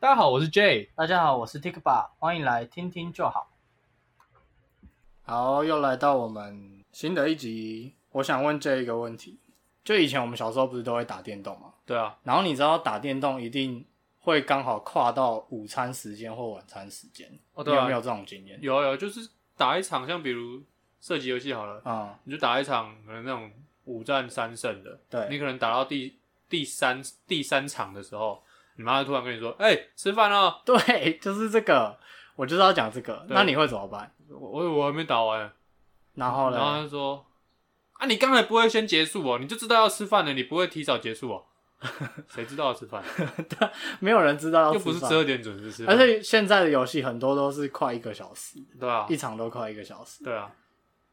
大家好，我是 J。大家好，我是 Tikba，欢迎来听听就好。好，又来到我们新的一集。我想问这一个问题：就以前我们小时候不是都会打电动吗？对啊，然后你知道打电动一定会刚好跨到午餐时间或晚餐时间，哦你对有没啊，有这种经验？有啊有啊就是打一场，像比如射击游戏好了，嗯，你就打一场可能那种五战三胜的，你对，可能打到第第三第三场的时候，你妈就突然跟你说：“哎、吃饭了。 对，就是这个，我就是要讲这个。对那你会怎么办？我”我我还没打完，然后然后呢？他就说：“啊，你刚才不会先结束哦，你就知道要吃饭了，你不会提早结束哦。” 谁知道要吃 饭？没有人知道要又吃不是饭十二点准时吃饭，而且现在的游戏很多都是快一个小时，对啊一，场都快一个小时。对啊，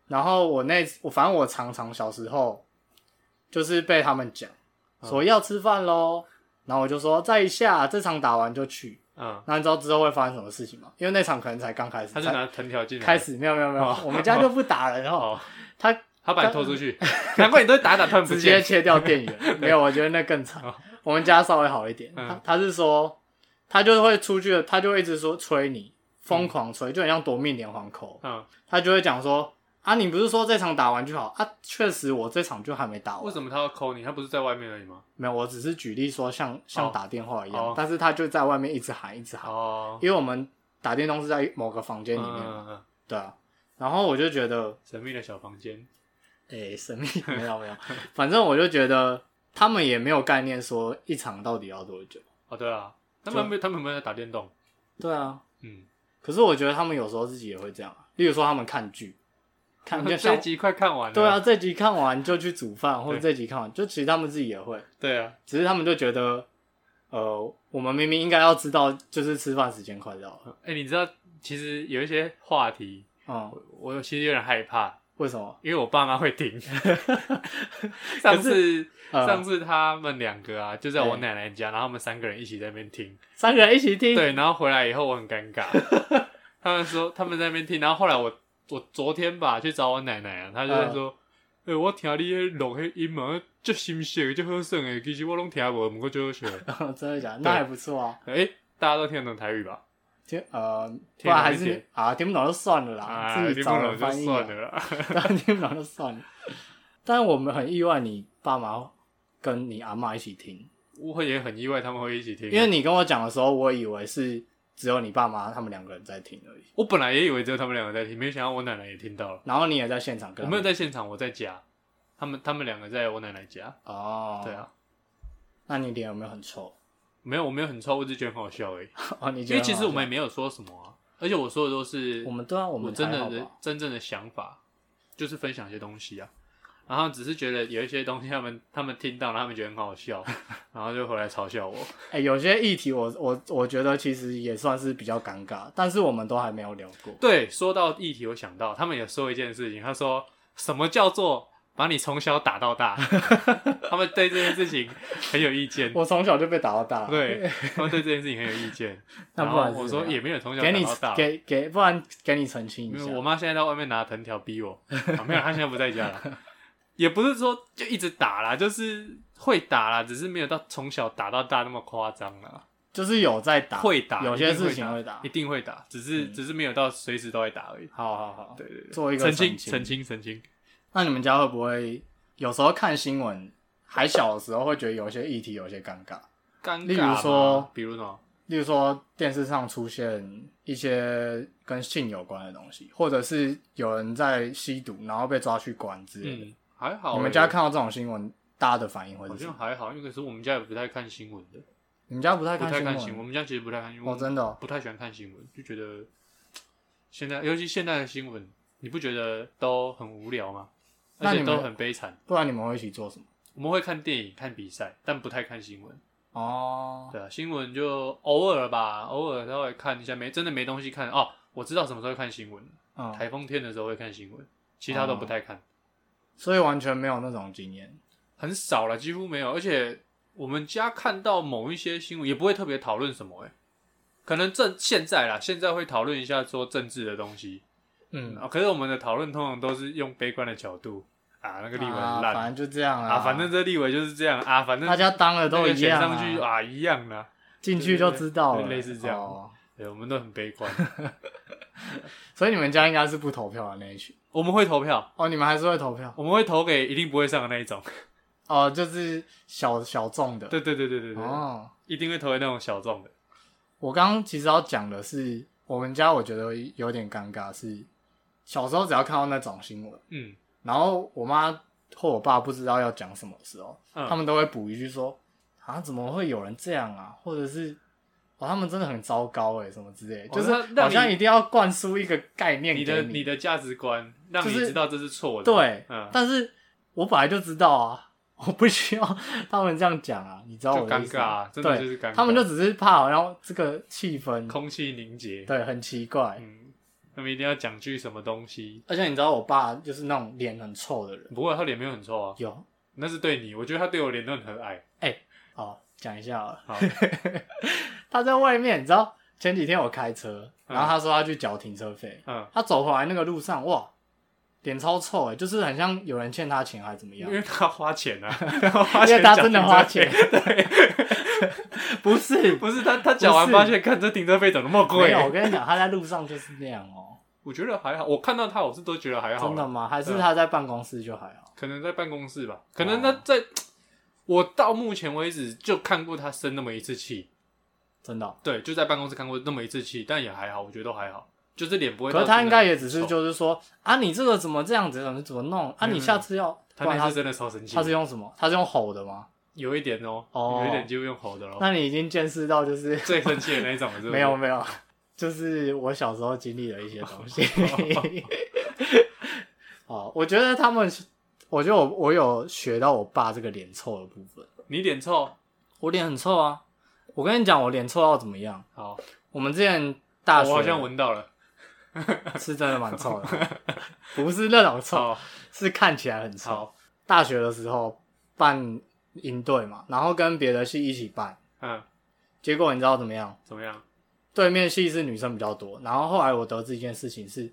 然后我那我反正我常常小时候就是被他们讲嗯说要吃饭喽，然后我就说再一下，这场打完就去。嗯，那你知道之后会发生什么事情吗？因为那场可能才刚开始，他就才拿藤条进来，开始没有没有没有，我们家就不打 人哦，哦，他他把你拖出 去，难怪你都会打打突然不直接见，切掉电源。没有，我觉得那更惨。我们家稍微好一点，哦嗯他他是说他就会出去了，他就会一直说催你，疯狂催，就很像夺命连环扣。嗯，他就会讲说啊，你不是说这场打完就好啊？确实，我这场就还没打完。为什么他要抠你？他不是在外面而已吗？没有，我只是举例说像像哦打电话一样，哦但是他就在外面一直喊一直喊，哦，因为我们打电动是在某个房间嗯里面，嗯，嗯对啊。然后我就觉得，神秘的小房间，诶、神 秘没有没有，反正我就觉得他们也没有概念说一场到底要多久。哦，对啊，他们没有他们没有在打电动，对啊，嗯，可是我觉得他们有时候自己也会这样啊，例如说他们看 剧，看就这像一集嗯快看完了，对啊，，这集看完就去煮饭，或者对这集看完就其实他们自己也会。对啊，只是他们就觉得，呃，我们明明应该要知道，就是吃饭时间快到了，哎，你知道其实有一些话题，嗯，我我其实有点害怕，为什么？因为我爸妈会听。上次呃上次他们两个啊，就在我对奶奶家，然后他们三个人一起在那边听，三个人一起听，对，然后回来以后我很尴 尬，他们说他们在那边听，然后后来我我昨天吧去找我奶奶啊，她就嗯在说，哎、我听你迄录迄音嘛，足新鲜足好耍诶，其实我拢听无，毋过足好笑 的。哦真的假的？那还不错啊，哎、大家都听得懂台语吧？听呃，不听得懂然还一是点啊，听不懂就算了啦，啊，自听不己找懂人就翻译算啊， 了啦。当然听不懂就算了。但我们很意外，你爸妈跟你阿妈一起听，我也很意外他们会一起听，啊因为你跟我讲的时候，我以为是只有你爸妈他们两个人在听而已，我本来也以为只有他们两个在听，没想到我奶奶也听到了。然后你也在现场我跟他没有在们现场，我在家，他们他们两个在我奶奶家。哦，对，啊，那你脸有没有很臭？没有，我没有很臭，我只是觉得很好笑而已。哦，你觉因为得其很实好我们笑也没有说什么啊，而且我说的都是我们对啊，我我们真还的好的吧真正的想法，就是分享一些东西啊。然后只是觉得有一些东西他们他们听到，然后他们觉得很好 笑，然后就回来嘲笑我。哎、有些议题我我我觉得其实也算是比较尴尬，但是我们都还没有聊过。对，说到议题，我想到他们也说一件事情，他说什么叫做把你从小打到 大？他们对这件事情很有意见，我从小就被打到大，， 对，他们对这件事情很有意见。那然不然后是我怎说样也没有从小给打你到大，给给，不然给你澄清一没有，下。我妈现在在外面拿藤条逼 我、啊没有，她现在不在家了。也不是说就一直打啦，就是会打啦，只是没有到从小打到大那么夸张啦。就是有在打，会打，有一些定事情会会打一。定会打，只是、嗯只是没有到随时都会打而已。好好好，对对对，做一个澄澄清澄清澄清。那你们家会不会有时候看新闻，还小的时候会觉得有些议题有些尴尬？尴尬。例如说，比如什么？例如说电视上出现一些跟性有关的东西，或者是有人在吸毒然后被抓去关之类的。嗯，还好欸、你们家看到这种新闻，大家的反应会好是什像么？还好，因为可是我们家也不太看新闻的，你们家不太不看太新看闻？新闻。我们家其实不太看新闻，哦，真的哦、不太喜欢看新闻，就觉得现在，尤其现在的新闻，你不觉得都很无聊吗？那而你且们都很悲惨。不然你们会一起做什么？我们会看电影、看比赛，但不太看新闻。哦，对啊，新闻就偶尔吧，偶尔稍微看一下，没真的没东西看哦。我知道什么时候会看新闻，嗯，台风天的时候会看新闻，其他都不太看，所以完全没有那种经验。很少了，几乎没有。而且我们家看到某一些新闻，也不会特别讨论什么、欸，可能政现在啦，现在会讨论一下说政治的东西，嗯，啊，可是我们的讨论通常都是用悲观的角度啊，那个立委啊很烂反正就这样啊，反正这立委就是这样啊，反正大家当了都那个一选样上哦啊去啊一样啦，进去就知道了，类似这样哦对，我们都很悲观。 所以你们家应该是不投票的那一群我们会投票，哦，你们还是会投票我们会投给一定不会上的那一 种。哦，就是小小众的。对对对对对对，哦，一定会投给那种小众的。我刚刚其实要讲的是，我们家我觉得有点尴尬是，小时候只要看到那种新闻，嗯然后我妈或我爸不知道要讲什么的时候，他嗯，们都会补一句说啊，怎么会有人这样啊，或者是。哦，他们真的很糟糕哎，什么之类的，哦就是那那好像你一定要灌输一个概念给你的你的价值观让你就是知道这是错的。对，嗯，但是我本来就知道啊， 我不需要他们这样讲啊，你知道就我的意尴思尬吗？啊，真的对就是尴尬。他们就只是怕好像这个气氛，空气凝结。对，很奇怪。嗯，他们一定要讲句什么东西。而且你知道，我爸就是那种脸很臭的人，不过他脸没有很臭啊，有那是对你。我觉得他对我脸都很和蔼。哦，讲一下好了，好， 他在外面，你知道前几天我开车，嗯然后他说他去缴停车费，嗯，他走回来那个路上，哇，脸超臭哎、就是很像有人欠他钱还是怎么因样。为他花钱 啊，他花因为钱他缴真的停车花费钱， 不是不是他，他讲完不是发现，看这停车费怎么那么没贵有，？我跟你讲，他在路上就是那样哦、我觉得还好，我看到他，我是都觉得还好啦。真的哦吗？还是对啊他在办公室就还好？可能在办公室吧，可能他在。我到目前为止就看过他生那么一次气，真的哦、对，就在办公室看过那么一次气，但也还好，我觉得都还好，就是脸不会到可真是的很丑。他应该也只是就是说啊，你这个怎么这样子，怎么怎么弄啊？嗯你下次要，他不然那他次真的超生气，他是用什么？他是用吼的吗？有一点哦，哦有一点就用吼的咯。那你已经见识到就是 最生气的那一种了，是不是没有，没有， 就是我小时候经历的一些东 西。哦，我觉得他们，我觉得我我有学到我爸这个脸臭的部分。你脸臭，我脸很臭啊！我跟你讲，我脸臭到怎么样？好，我们之前大学我好像闻到了，是真的蛮臭的， 不是那种臭，好，是看起来很臭好。大学的时候办营队嘛，然后跟别的系一起办，嗯，结果你知道怎么样？怎么样？对面系是女生比较多，然后后来我得知一件事情是，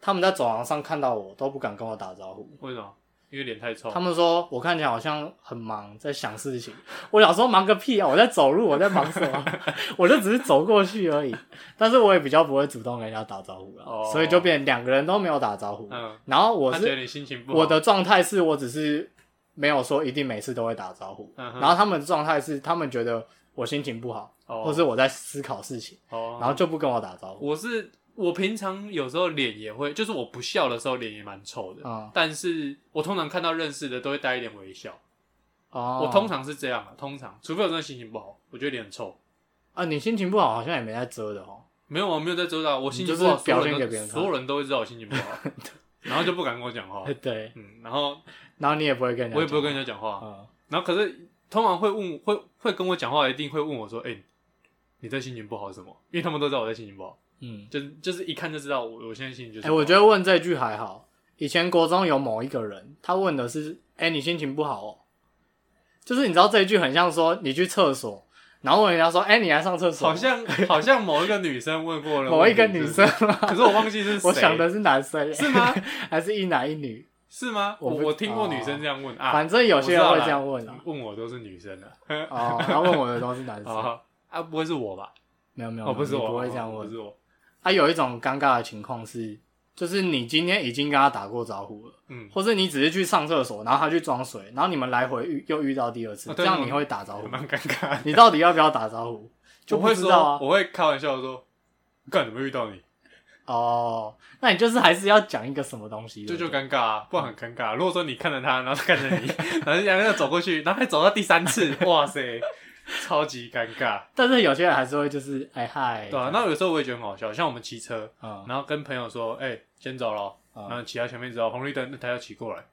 他们在走廊上看到我都不敢跟我打招呼，为什么？因为脸太臭他。们说我看起来好像很忙，在想事情。我小时候忙个屁啊！我在走路，我在忙什么？ 我就只是走过去而已。但是我也比较不会主动跟人家打招呼了，哦所以就变两个人都没有打招呼。嗯，然后我他觉是得你心情不好。我的状态是我只是没有说一定每次都会打招呼，嗯哼然后他们的状态是他们觉得我心情不好，哦，或是我在思考事情，哦，然后就不跟我打招呼。我是我平常有时候脸也会，就是我不笑的时候脸也蛮臭的，嗯但是我通常看到认识的都会带一点微笑，哦，我通常是这样啊，通常除非我真的心情不好，我觉得脸很臭。啊，你心情不好好像也没在遮 的哦。没有啊，没有在遮到，我心情你不就是好，所有表现人给都别人看所有人都会知道我心情不 好，啊然后就不敢跟我讲话。对，嗯，然后然后你也不会跟人家，我也不会跟人家讲话，啊嗯。然后可是通常会问会会跟我讲话，一定会问我说：“哎、你在心情不好是什么？”因为他们都知道我在心情不好，嗯就是就是一看就知道我我现在心情就是哎、不好。我觉得问这句还好。以前国中有某一个人，他问的是：“哎、你心情不好哦？”就是你知道这一句很像说你去厕所，然后问人家说：“哎、你来上厕所？”好像 好像某一个女生问过了某一个问题女是生不是，吗？可是我忘记是谁， 我想的是男生，是吗？还是一男一女？是吗？我 我不哦我听过女生这样问啊，反正有些人会这样问啊嗯。问我都是女生的哦，他问我的都 是男生，啊啊，不会是我吧？没有没有，哦，不是你我，不会这样哦不问。是我，啊，有一种尴尬的情况是，就是你今天已经跟他打过招呼了。嗯，或是你只是去上厕所，然后他去装水，然后你们来回遇又遇到第二次，啊对这样你会打招呼吗？蛮尴尬的。你到底要不要打招呼？就我不会知说道啊，。我会开玩笑地说，干怎么遇到你？哦，那你就是还是要讲一个什么东西，这对就不对尴尬啊，不然很尴尬。如果说你看着他，然后他看着你， 然后两个人走过去，然后还走到第三次，哇塞，超级尴尬。但是有些人还是会就是哎嗨，对啊，那有时候我也觉得很好笑，像我们骑车，嗯然后跟朋友说，哎、先走了，嗯然后骑到前面之后，哦红绿灯，那他要骑过来，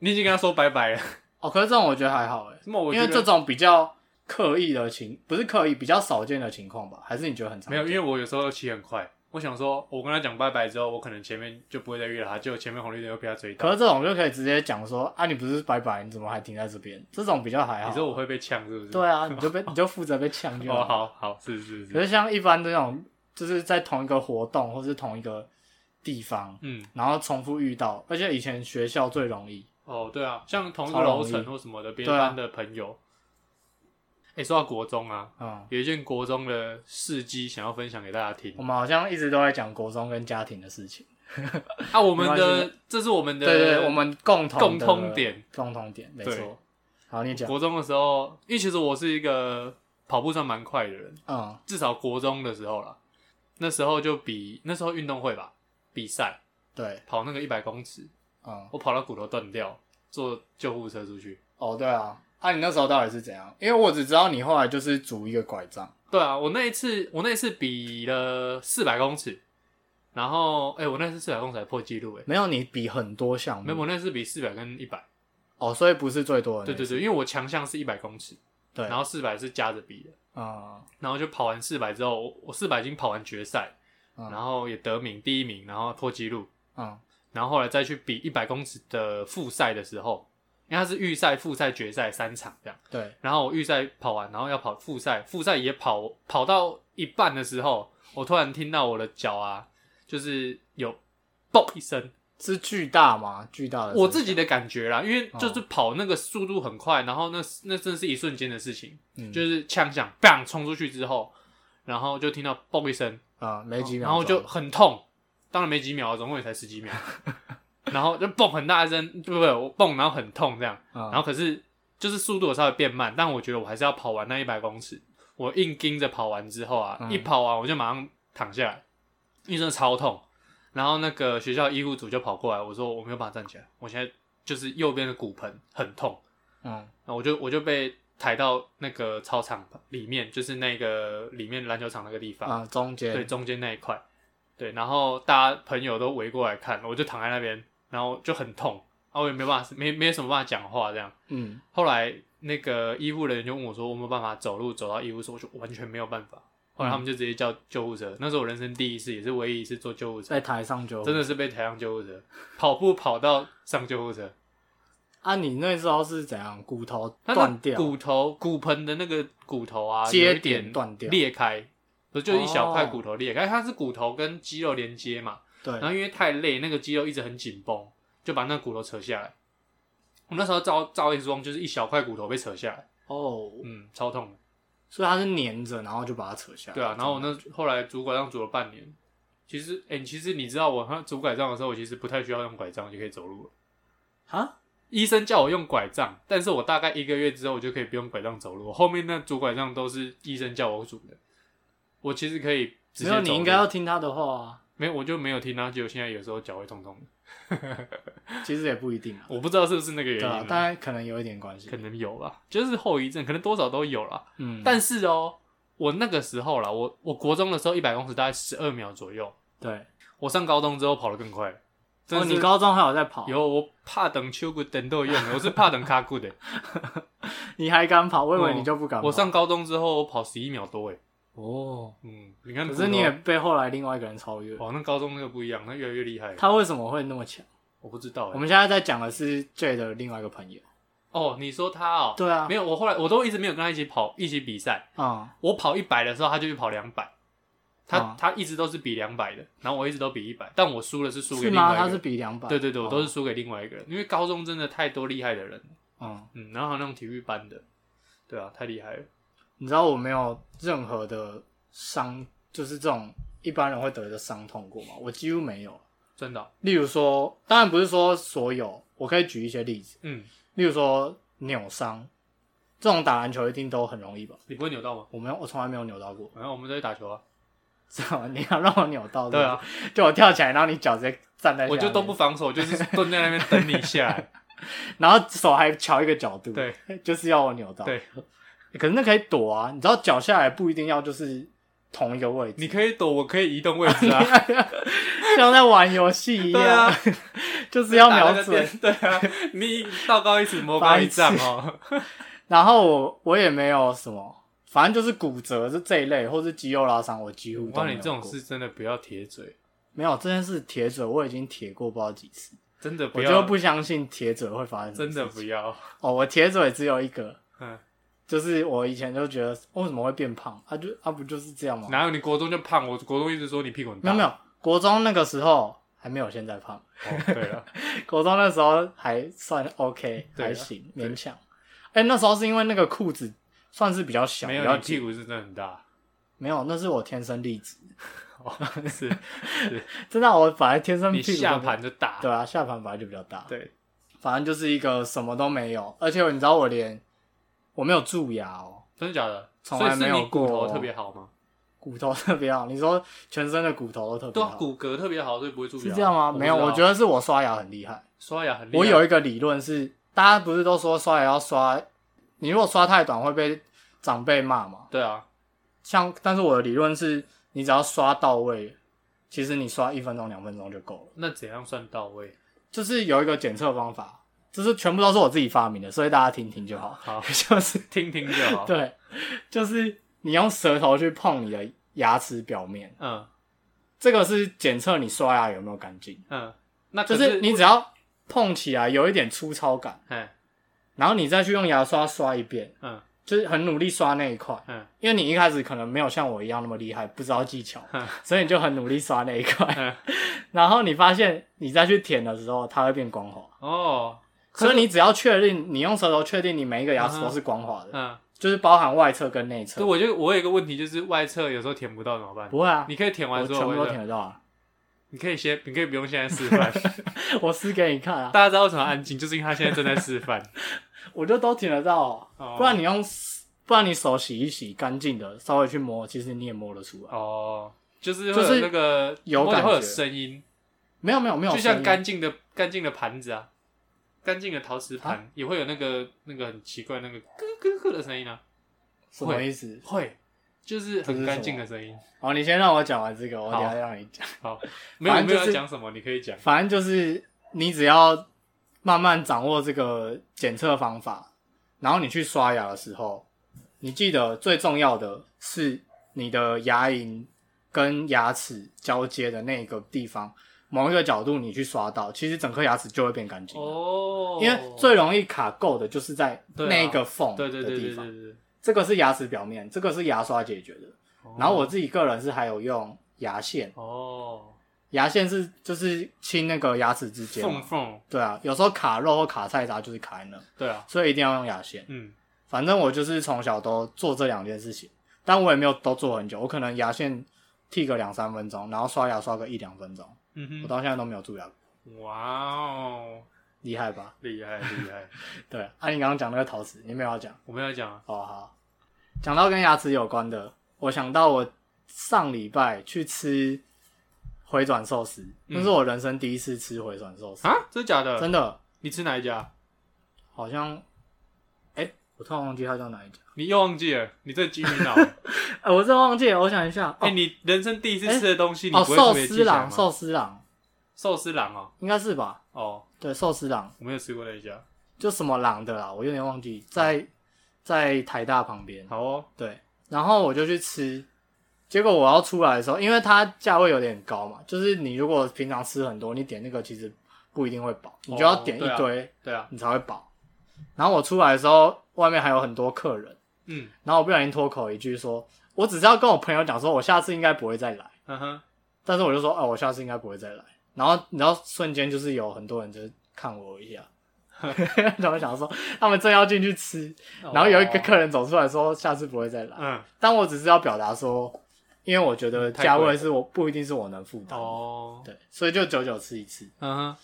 你已经跟他说拜拜了。哦，可是这种我觉得还好哎，那么我因觉为这得种比较刻意的情，不是刻意，比较少见的情况吧？还是你觉得很常没见有，因为我有时候骑很快，我想说，我跟他讲拜拜之后，我可能前面就不会再遇到他，结果前面红绿灯又被他追可到。是这种就可以直接讲说啊，你不是拜拜，你怎么还停在这边？这种比较还好。啊你说我会被呛是不是？对啊，你就被你就负责被呛就哦，好好是是可是，是像一般这种，就是在同一个活动或是同一个地方，嗯，然后重复遇到，而且以前学校最容易。哦对啊，像同一个超容楼层易或什么的，别对啊班的朋友，哎、说到国中啊，嗯，有一件国中的事迹想要分享给大家听我。们好像一直都在讲国中跟家庭的事情。啊，我们没的这是我们的对对，对我们共同共的通点，共通点，没对错。好，你讲，国中的时候，因为其实我是一个跑步算蛮快的人，嗯至少国中的时候啦，那时候就比那时候运动会吧比赛对，跑那个一百公尺，嗯，我跑到骨头断掉，坐救护车出去。哦，对啊，啊，你那时候到底是怎样？因为我只知道你后来就是拄一个拐杖，对啊，我那一次我那一次比了四百公尺，然后哎、我那次四百公尺还破纪录哎，没有你比很多项没有目，我那次比四百跟一百，嗯哦，所以不是最多的对那对一次，对，因为我强项是一百公尺，对然后四百是夹着比的，嗯然后就跑完四百之后，我我四百已经跑完决赛，嗯然后也得名第一名，然后破纪录，嗯然后后来再去比一百公尺的复赛的时候，因为它是预赛、复赛、决赛三场这样，对，然后我预赛跑完，然后要跑复赛，复赛也跑跑到一半的时候，我突然听到我的脚啊，就是有爆一声，是巨大吗？巨大的声响，我自己的感觉啦，因为就是跑那个速度很快，然后那那真是一瞬间的事情，嗯就是枪响 bang 冲出去之后，然后就听到爆一声，嗯没几秒然钟，后就很痛，当然没几秒，总共也才十几 秒，然后就蹦很大声，对不对？我蹦，然后很痛这样，嗯然后可是就是速度有稍微变慢，但我觉得我还是要跑完那一百公尺，我硬盯着跑完之后啊，嗯一跑完我就马上躺下来，因为真的超痛。然后那个学校医护组就跑过来，我说我没有办法站起来，我现在就是右边的骨盆很痛，嗯然后我就我就被抬到那个操场里面，就是那个里面篮球场那个地方，嗯中对，间中间那一块，对，然后大家朋友都围过来看，我就躺在那边，然后就很痛，啊，我也没办法，没没什么办法讲话这样。嗯后来那个医护人员就问我说，我有没有办法走路走到医务所，我就完全没有办法。后嗯来他们就直接叫救护车，那是我人生第一次，也是唯一一次坐救护车在，台上就真的是被抬上救护车，跑步跑到上救护车，啊，你那时候是怎样？骨头他断掉，骨头骨盆的那个骨头啊，接有一点点断掉裂开，不是就一小块哦骨头裂开，它是骨头跟肌肉连接嘛，对然，后因为太累，那个肌肉一直很紧绷，就把那骨头扯下来。我那时候照照 X 光，就是一小块骨头被扯下来，哦，嗯，超痛的。所以它是粘着，然后就把它扯下来。对啊，然后我那后来拄拐杖拄了半年。其实，哎、其实你知道我他拄拐杖的时候，我其实不太需要用拐杖就可以走路了。啊，医生叫我用拐杖，但是我大概一个月之后，我就可以不用拐杖走路。我后面那拄拐杖都是医生叫我拄的。我其实可以直接没有，你走路应该要听他的话没有，我就没有听他，结果现在有时候脚会痛痛的。啊。其实也不一定啊，我不知道是不是那个原对因、啊，当然可能有一点关系可。能有啦，就是后遗症，可能多少都有啦。嗯，但是哦、我那个时候啦，我我国中的时候一百公尺大概十二秒左右，对，我上高中之后跑得更快。真哦，的是你高中还有在跑，有我怕等秋谷等都有用的，我 是怕等卡谷的。你还敢跑？我以为嗯你就不敢跑。我上高中之后我跑十一秒多诶，欸哦，嗯，你看可骨头，是你也被后来另外一个人超越。哇，那高中那个不一样，那越来越厉害。他为什么会那么强？我不知道欸我诶。们现在在讲的是 J 的另外一个朋友。哦，你说他哦，对啊没，有，我后来我都一直没有跟他一起跑，一起比赛。嗯，我跑一百的时候，他就去跑两百，他、哦他一直都是比两百的，然后我一直都比一百，但我输的是输给是另外吗？一个他是人。比两百。哦对对对，我都是是输给另外一个人，因为高中真的太多厉害的人了，嗯。嗯，然后还有那种体育班的，对啊，太厉害了，你知道我没有任何的伤，就是这种一般人会得的伤痛过吗？我几乎没有。真的哦、例如说，当然不是说所有，我可以举一些例子，嗯，例如说扭伤，这种打篮球一定都很容易吧？你不会扭到吗？我没有，我从来没有扭到过， 反正我们都会打球啊，知道吗？你要让我扭到，对啊，，就我跳起来，然后你脚直接站在，我就都不，防守，我就是蹲在那边等你下 来，然后手还瞧一个角度，对， 就是要我扭到，欸对，可是那可以躲啊，你知道脚下来不一定要就是同一个位置，你可以躲，我可以移动位置 啊，像在玩游戏一对啊 样，就是要打那瞄个准。边，对啊，你道高一尺，魔高一丈哦， 然后我我也没有什么，反正就是骨折这这一类，或是肌肉拉伤，我几乎我都告诉没你有这种过事真的不要铁嘴，没有这件事铁嘴我已经铁过不知道几次，真的不我就要，不相信铁嘴会发生什真么事的情。不要，哦，我铁嘴只有一个，嗯。就是我以前就觉得哦为什么会变胖，啊就啊不就是这样吗？哪有你国中就胖？我国中一直说你屁股很没大。有没有，国中那个时候还没有现在胖，哦，对了，国中那时候还算 OK，对啊还行，对勉强。哎、那时候是因为那个裤子算是比较小，没比较有，你紧屁股是真的很大，没有，那是我天生丽质， 哦、是真的啊、我本来天生你屁股就下盘就大，对啊，下盘本来就比较大，对，反正就是一个什么都没有，而且你知道我连我没有蛀牙哦，真的假的？从所以来没是有你骨头过特别好吗？骨头特别好，你说全身的骨头都特别对啊好，，骨骼特别好，所以不会蛀牙。是这样吗？没有，我觉得得是我刷牙很厉害。刷牙很厉害。我有一个理论是，大家不是都说刷牙要刷，你如果刷太短会被长辈骂嘛？对啊，像，但是我的理论是，你只要刷到位，其实你刷一分钟、两分钟就够了。那怎样算到位？就是有一个检测方法，就是全部都是我自己发明的，所以大家听听就好。，好 就是听听就好。对，就是你用舌头去碰你的牙齿表面，嗯这个是检测你刷牙有没有干净。嗯，那就可是你只要碰起来有一点粗糙感，哎然后你再去用牙刷刷一遍，嗯就是很努力刷那一块。嗯因为你一开始可能没有像我一样那么厉害，不知道技巧嗯，所以你就很努力刷那一块。嗯， 然后你发现你再去舔的时候，它会变光滑。哦，可所是以你只要确定，你用舌头确定你每一个牙齿嗯都哼是光滑的，嗯，就是包含外侧跟内对，侧。我就我有一个问题，就是外侧有时候舔不到怎么办？不会啊，你可以舔完我之全后，部都我就舔得到啊，你可以先，你可以不用现在示范。我撕给你看啊，大家知道为什么安静，就是因为他现在正在示范。我就都舔得到啊、 哦不然你用，不然你手洗一洗，干净的稍微去摸，其实你也摸得出来。哦，就是就会是有那个有摸起来感会有觉声音，没有没有没有就声音，像干净的干净的盘子啊，干净的陶瓷啊盘也会有那个那个很奇怪那个咯咯咯的声音啊，什么意思？会，就是这是很干净什么的声音。好，你先让我讲完这个，我等一下好再让你讲。 好，没有反没正有要就是讲什么，你可以讲。反正就是你只要慢慢掌握这个检测方法，然后你去刷牙的时候，你记得最重要的是你的牙龈跟牙齿交接的那个地方，某一个角度你去刷到，其实整颗牙齿就会变干净。哦，因为最容易卡垢的就是在对啊那个缝的对地对方，对对对对，这个是牙齿表面，这个是牙刷解决的。哦然后我自己个人是还有用牙线，哦牙线是就是清那个牙齿之间嘛缝缝，对啊，有时候卡肉或卡菜渣就是卡在那，对啊，所以一定要用牙线。嗯反正我就是从小都做这两件事情，但我也没有都做很久，我可能牙线剃个两三分钟，然后刷牙刷个一两分钟，我嗯到现在都没有蛀牙过，哼，哇哦，厉害吧？厉害厉 害，对，啊，你刚刚讲那个陶瓷，你没有要讲？我们要讲啊，哦，好，讲到跟牙齿有关的，我想到我上礼拜去吃回转寿司，那是我人生第一次吃回转寿司，啊真的假的？真的你吃哪一家？好像，哎、我突然忘记它叫哪一家。你又忘记了？你这鸡米 脑？哎、我真的忘记了，我想一下。哦哎，你人生第一次哎吃的东西，你哦，不会特寿别记司起来郎，吗？寿司郎寿司郎哦，应该是吧？哦，对，寿司郎我没有吃过那一家。就什么郎的啦，我有点忘记，在在台大旁边。好哦，对，然后我就去吃，结果我要出来的时候，因为它价位有点高嘛，就是你如果平常吃很多，你点那个其实不一定会饱，你就要点对一啊堆，对啊，你才会饱。然后我出来的时候，外面还有很多客人，嗯然后我不小心脱口一句说，我只是要跟我朋友讲说，我下次应该不会再来。嗯哼，但是我就说，哦，我下次应该不会再来。然后你知道，瞬间就是有很多人就是看我一下， 然后想说他们正要进去吃，然后有一个哦，客人走出来说下次不会再来。嗯，但我只是要表达说，因为我觉得价太贵位了是我不一定是我能负担的，哦，对，所以就久久吃一次。嗯哼，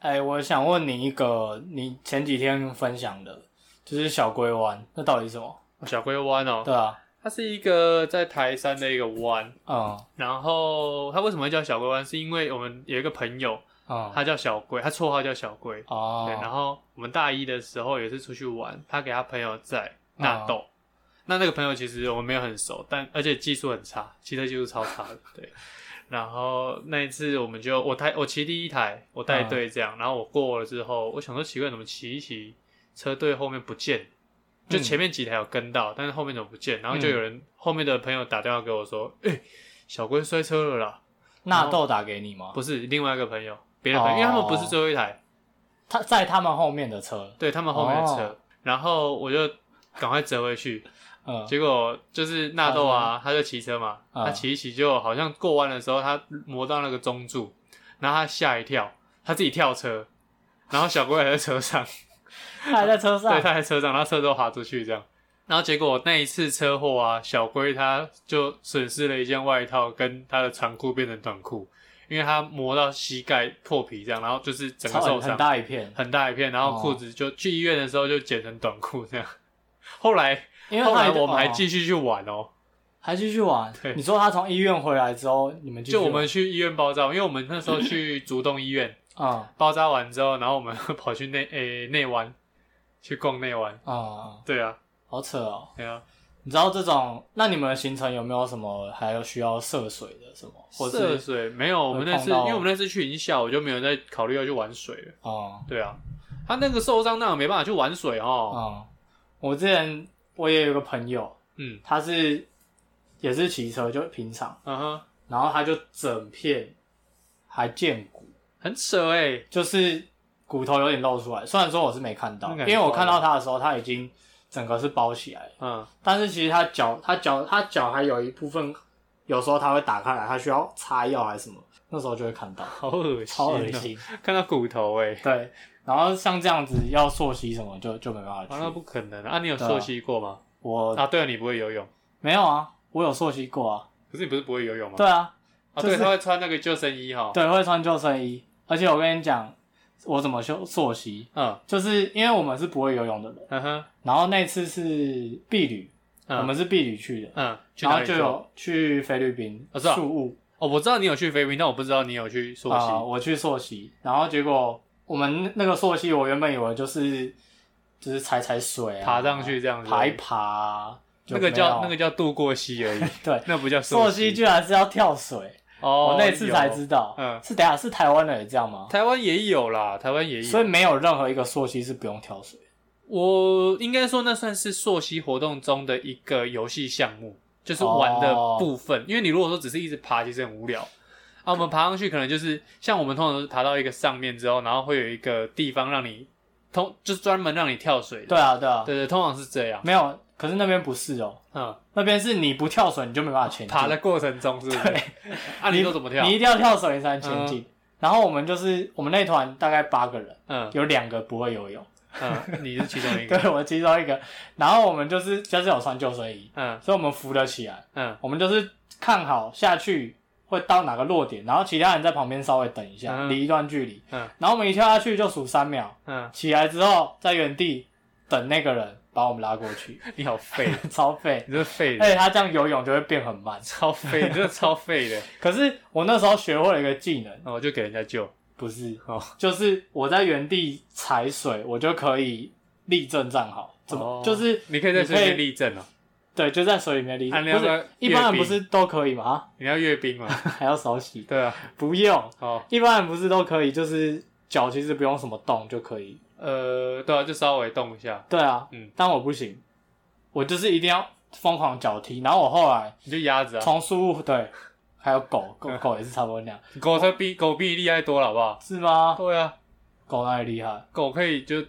哎，我想问你一个，你前几天分享的，就是小龟湾，那到底是什么？小龟湾哦，对啊，它是一个在台山的一个湾，嗯然后它为什么会叫小龟湾？是因为我们有一个朋友，嗯，他叫小龟，他绰号叫小龟。对，然哦，后我们大一的时候有一次出去玩，他给他朋友在哦纳豆。那那个朋友其实我们没有很熟，但而且技术很差，骑车技术超差的。 对，然后那一次我们就我带我骑第一台，我带队这样，然后我过了之后，我想说奇怪，怎么骑一骑车队后面不见？就嗯前面几台有跟到，但是后面怎么不见？然后就嗯有人、后面的朋友打电话给我说：“哎、小龟摔车了啦！”纳豆打给你吗？不是另外一个朋友，别的朋友，哦因为他们不是最后一台，他在他们后面的车，对他们后面的车，哦然后我就赶快折回去。嗯，结果就是纳豆啊，他就骑车嘛，嗯他骑一骑就好像过弯的时候，他磨到那个中柱，然后他吓一跳，他自己跳车，然后小龟还在车上， 他还在车上啊对，，他在车上，然后车都滑出去这样。然后结果那一次车祸啊，小龟他就损失了一件外套跟他的长裤变成短裤，因为他磨到膝盖破皮这样，然后就是整个超受很伤很大一片，很大一片，然后哦裤子就、去医院的时候就剪成短裤这样。后来因为后来他我们还哦继续去玩哦，还继续玩对。你说他从医院回来之后，你们继续就我玩们去医院包扎，因为我们那时候去竹东医院啊包扎完之后，然后我们 跑去内诶内湾去逛内湾。啊、嗯对啊，好扯哦！对啊，你知道这种，那你们的行程有没有什么还有需要涉水的什么，或涉是水没有，我们那次碰到因为我们那次去已经下午，就没有再考虑要去玩水了。啊对啊，他那个受伤，那我没办法去玩水啊、哦。嗯我之前我也有个朋友，嗯他是也是骑车，就平常，嗯哼，然后他就整片还见骨，很扯哎、就是骨头有点露出来。虽然说我是没看到，那因感觉为我看到他的时候，他已经整个是包起来了。嗯但是其实他脚，他脚，他脚还有一部分，有时候他会打开来，他需要擦药还是什么，那时候就会看到，好恶心、哦超恶，心。看到骨头哎、对，然后像这样子要溯溪什么，就就没办啊，那法去。不可能啊！啊你有对啊溯溪过吗？我啊，对啊，你不会游泳，没有啊，我有溯溪过啊。可是你不是不会游泳吗？对啊，啊，就是对，他会穿那个救生衣哈。对，会穿救生衣。而且我跟你讲，我怎么修溯溪，嗯就是因为我们是不会游泳的人，嗯哼，然后那次是避旅，嗯我们是避旅去的，嗯，去然哪后里就做有去菲律宾哦是啊宿务哦，我知道你有去菲律宾，但我不知道你有去溯啊、溪。我去溯溪，然后结果我们那个溯溪，我原本以为就是就是踩踩水啊，爬上去这样子爬一爬啊，那个叫那个个叫渡过溪而已， 对，那不叫溯溪溪。居然是要跳水，哦，我那次才知有。道，嗯是等一下是台湾人也这样吗？台湾也有啦，台湾也有。所以没有任何一个溯溪是不用跳水我应该说，那算是溯溪活动中的一个游戏项目，就是玩的部分。哦因为你如果说只是一直爬，其实很无聊。啊，我们爬上去可能就是像我们通常都是爬到一个上面之后，然后会有一个地方让你通，就是专门让你跳水的。对啊，对啊，对对，通常是这样。没有，可是那边不是哦，嗯，那边是你不跳水你就没办法前进，爬的过程中是不是对？啊，你都怎么跳你？一定要跳水你才能前进。然后我们就是我们那团大概八个人，嗯有两个不会游泳， 嗯，你是其中一对个。我其中一个。然后我们就是就是有穿救生衣，嗯所以我们扶得起来。嗯我们就是看好下去会到哪个落点，然后其他人在旁边稍微等一下，嗯离一段距离。嗯然后我们一跳下去就数三秒，嗯，起来之后在原地等那个人把我们拉过去，你好废，超废。 你这废而 人，且他这样游泳就会变很慢。超废，你真的超废的。可是我那时候学会了一个技能，那我就给人家救。不是，哦就是我在原地踩水，我就可以立正站好。怎么？哦就是你可以在水里面立正哦。对，就在水里面立啊正。你要不不要是一阅般人兵不是都可以吗？ 你要阅兵嘛？啊还要手洗？对啊，不用，好，一般人不是都可以，就是脚其实不用什么动就可以。呃，对啊，就稍微动一下，对啊，嗯，但我不行，我就是一定要疯狂脚踢。然后我后来你就压着啊。从输入对，还有 狗狗狗也是差不多那样，狗它比狗比你厉害多了，好不好？是吗？对啊，狗哪里厉害？狗可以就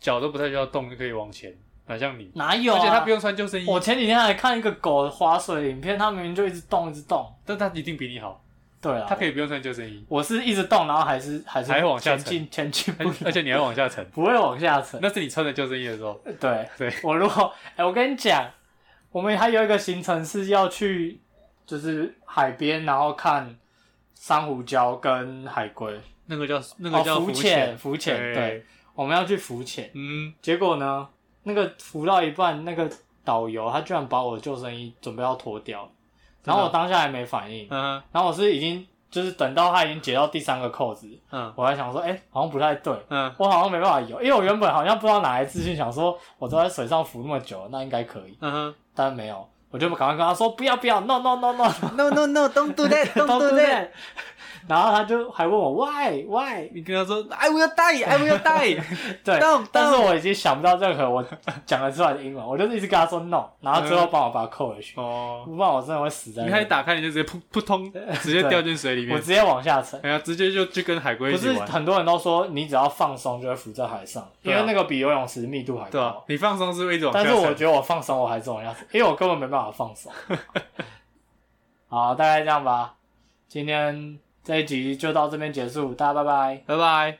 脚都不太需要动就可以往前，哪像你？哪有、啊？而且它不用穿救生衣，我前几天还看一个狗划水影片，它明明就一直动，一直动。但它一定比你好，对啊，它可以不用穿救生衣，我是一直动，然后还是还是还往下前进，前进不而了，且而且你还往下 沉，不会往下沉。那是你穿着救生衣的时候。对，对，我如果哎、我跟你讲，我们还有一个行程是要去，就是海边，然后看珊瑚礁跟海龟。那个叫那个叫哦浮潜，浮潜对对，我们要去浮潜，嗯，结果呢，那个浮到一半，那个导游他居然把我的救生衣准备要脱掉，然后我哦当下还没反应，嗯然后我是已经就是等到他已经解到第三个扣子，嗯我还想说，哎、好像不太对，嗯我好像没办法游，因为我原本好像不知道哪来自信，想说我都在水上浮那么久，那应该可以，嗯哼 但没有，我就赶快跟他说不要不要，no no no no， ，No No No，Don't do that，Don't don't do that。然后他就还问我 why why，你跟他说，I 哎 will die，I will die，对 Don't，但是我已经想不到任何我讲得出来的英文，我就是一直跟他说 no，然后最后帮我把它扣回 去，哦，不然我真的会死在你那看一里，打开你就直接扑 扑通，直接掉进水里我面直，接往下沉。哎呀，直接就就跟海龟不一起是玩，很多人都说你只要放松就会浮在海上，因对啊为那个比游泳池密度还对啊高，。你放松是会一种，但是我觉得我放松我还是往下沉，因为我根本没办法放松。好，大概这样吧，今天这一集就到这边结束，大家拜拜。拜拜。